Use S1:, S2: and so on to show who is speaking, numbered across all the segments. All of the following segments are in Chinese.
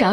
S1: 扰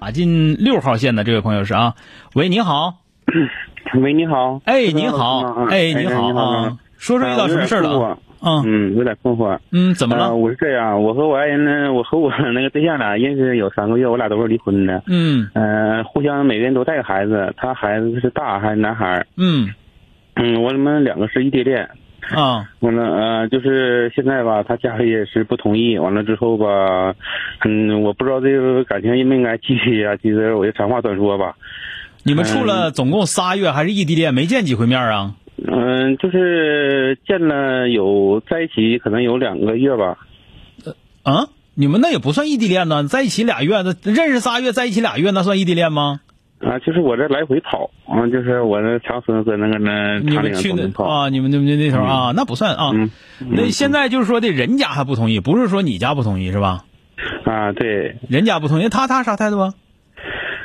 S2: 打进啊六号线的这位朋友是啊，喂，你好，
S3: 喂，你好。
S2: 哎，
S3: 是
S2: 你
S3: 老师
S2: 好，
S3: 吗
S2: 哎，你好
S3: 好，
S2: 啊，说说遇到什么事儿了？
S3: 啊
S2: 啊，
S3: 嗯，有点困惑。
S2: 嗯，怎么
S3: 呃
S2: 了？
S3: 我是这样，我和我爱人呢，我和 我那个对象俩认识有三个月，我俩都是离婚的。
S2: 嗯
S3: 呃，互相每个人都带个孩子，他孩子是大还是男孩儿？
S2: 嗯
S3: 嗯，我们两个是异地恋。
S2: 啊
S3: 完了，呃，就是现在吧，他家里也是不同意。完了之后吧，嗯，我不知道这个感情应不应该继续啊。其实我就长话短说吧。
S2: 你们处了总共仨月，还是异地恋，没见几回面啊？
S3: 嗯，就是见了有在一起可能有两个月吧。
S2: 啊，你们那也不算异地恋呢，在一起俩月，那认识仨月，在一起俩月，那算异地恋吗？
S3: 啊，就是我这来回跑，啊，就是我那长春和那个那
S2: 你
S3: 长
S2: 们
S3: 岭
S2: 去
S3: 都能
S2: 那
S3: 跑。
S2: 啊，你们你们那头啊，那不算啊。
S3: 嗯
S2: 那现在就是说的，人家还不同意，不是说你家不同意是吧？
S3: 啊，对，
S2: 人家不同意，他他啥态度啊？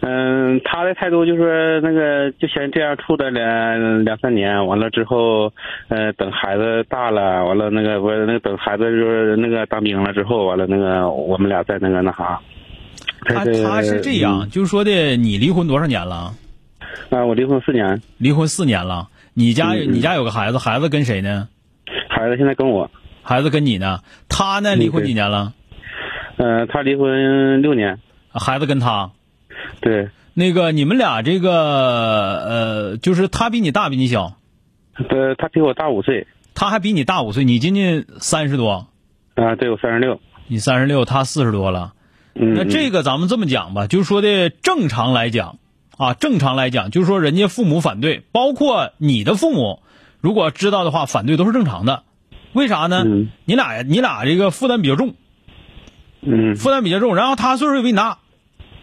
S3: 嗯，他的态度就是说那个就先这样处了两两三年，完了之后，呃，等孩子大了，完了那个我那个等孩子就是那个当兵了之后，完了那个我们俩再那个那啥。
S2: 他啊他是这样，就是说的，你离婚多少年了？
S3: 嗯啊，我离婚四年，
S2: 离婚四年了，你家
S3: 嗯嗯
S2: 你家有个孩子，孩子跟谁呢？
S3: 孩子现在跟我，
S2: 孩子跟你呢？他呢？离婚几年了？
S3: 呃，他离婚六年，
S2: 孩子跟他。
S3: 对
S2: 那个你们俩这个呃，就是他比你大，比你小，
S3: 呃他他比我大五岁，
S2: 他还比你大五岁，你今年三十多，
S3: 啊，对我三十六，
S2: 你三十六，他四十多了。
S3: 嗯，
S2: 那这
S3: 嗯
S2: 个咱们这么讲吧，就是说的正常来讲啊，正常来讲，就是说人家父母反对，包括你的父母，如果知道的话，反对都是正常的。为啥呢？
S3: 嗯
S2: 你俩你俩这个负担比较重，
S3: 嗯
S2: 负担比较重，然后他岁数又比你大，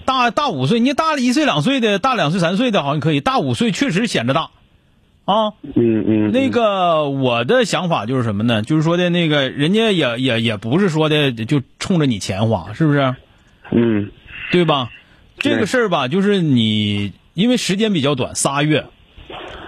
S2: 大大五岁，你大了一岁两岁的，大两岁三岁的好像可以，大五岁确实显着大，啊，
S3: 嗯嗯，
S2: 那个我的想法就是什么呢？就是说的那个人家也也也不是说的就冲着你钱花，是不是？
S3: 嗯
S2: 对吧？
S3: 对
S2: 这个事儿吧，就是你因为时间比较短，仨月，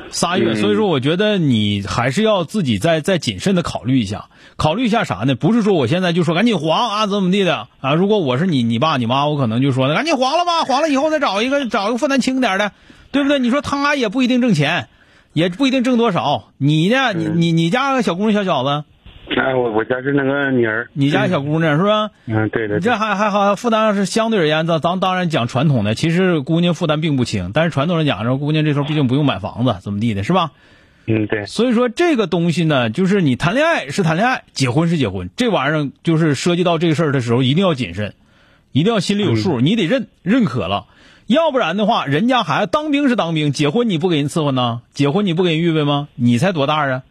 S2: 仨月，
S3: 嗯
S2: 所以说我觉得你还是要自己再再谨慎的考虑一下，考虑一下啥呢？不是说我现在就说赶紧黄啊怎么怎么地的啊，如果我是你你爸你妈，我可能就说赶紧黄了吧，黄了以后再找一个找一个负担轻点儿的，对不对？你说他也不一定挣钱，也不一定挣多少，你呢？你
S3: 嗯
S2: 你你家个小姑娘小小子，
S3: 哎，我我家是那个女儿，
S2: 你家小姑娘是吧？
S3: 嗯，对对
S2: 你这
S3: 对，
S2: 还还好，负担是相对而言，咱咱当然讲传统的，其实姑娘负担并不轻，但是传统上讲，说姑娘这时候毕竟不用买房子，怎么地的，是吧？
S3: 嗯对，
S2: 所以说这个东西呢，就是你谈恋爱是谈恋爱，结婚是结婚，这玩意儿就是涉及到这个事儿的时候，一定要谨慎，一定要心里有数，你得认认可了，要不然的话，人家孩子当兵是当兵，结婚你不给人伺候呢？结婚你不给人预备吗？你才多大啊，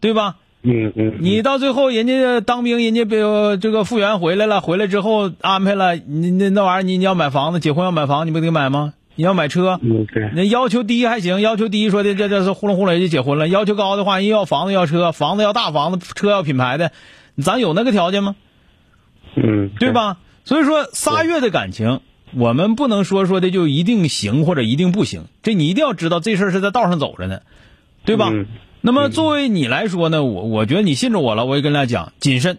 S2: 对吧？
S3: 嗯 嗯，
S2: 你到最后人家当兵，人家比如这个复员回来了，回来之后安排了，你那那玩意儿，你你要买房子，结婚要买房，你不得买吗？你要买车，
S3: 嗯对，
S2: 那要求低还行，要求低说的这这是呼隆呼隆就结婚了，要求高的话，人要房子要车，房子要大房子，车要品牌的，咱有那个条件吗？
S3: 嗯
S2: 对？吧？所以说仨月的感情，我们不能说说的就一定行或者一定不行，这你一定要知道这事儿是在道上走着呢，对吧？
S3: 嗯
S2: 那么作为你来说呢，我我觉得你信着我了，我也跟大家讲谨慎，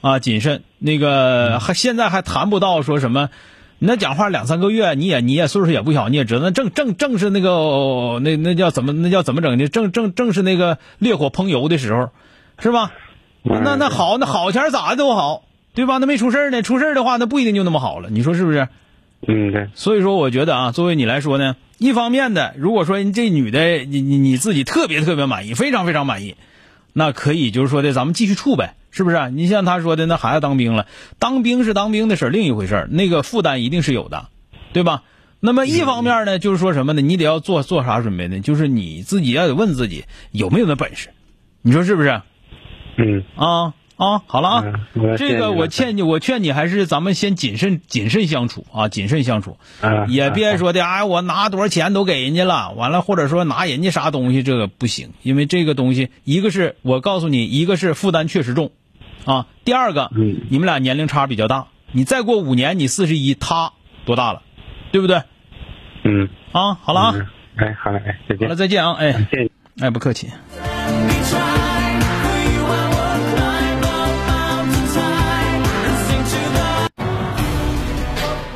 S2: 啊谨慎。那个还现在还谈不到说什么，那讲话两三个月，你也你也岁数也不小，你也知道，那正正正是那个那那叫怎么那叫怎么整的，正正正是那个烈火烹油的时候，是吧？
S3: 嗯
S2: 那那好，那好前儿咋的都好，对吧？那没出事儿呢，出事儿的话，那不一定就那么好了，你说是不是？
S3: 嗯对，
S2: 所以说，我觉得啊，作为你来说呢，一方面的，如果说这女的你你你自己特别特别满意，非常非常满意，那可以就是说的，咱们继续处呗，是不是啊、你像他说的，那孩子当兵了，当兵是当兵的事儿，另一回事儿，那个负担一定是有的，对吧？那么一方面呢，就是说什么呢？你得要做做啥准备呢？就是你自己要得问自己有没有那本事，你说是不是？
S3: 嗯
S2: 啊啊，好了啊，
S3: 嗯我谢谢
S2: 这个
S3: 你
S2: 我
S3: 了
S2: 劝你，我劝你还是咱们先谨慎谨慎相处啊，谨慎相处，
S3: 啊
S2: 也别
S3: 啊
S2: 说的哎，我拿多少钱都给人家了，完了或者说拿人家啥东西，这个不行，因为这个东西，一个是我告诉你，一个是负担确实重，啊，第二个，
S3: 嗯
S2: 你们俩年龄差比较大，你再过五年你四十一，他多大了，对不对？
S3: 嗯，
S2: 啊，好了啊，
S3: 嗯，哎，好了，哎，再
S2: 好
S3: 见
S2: 了，，再见啊，哎，
S3: 谢谢。
S2: 哎，不客气。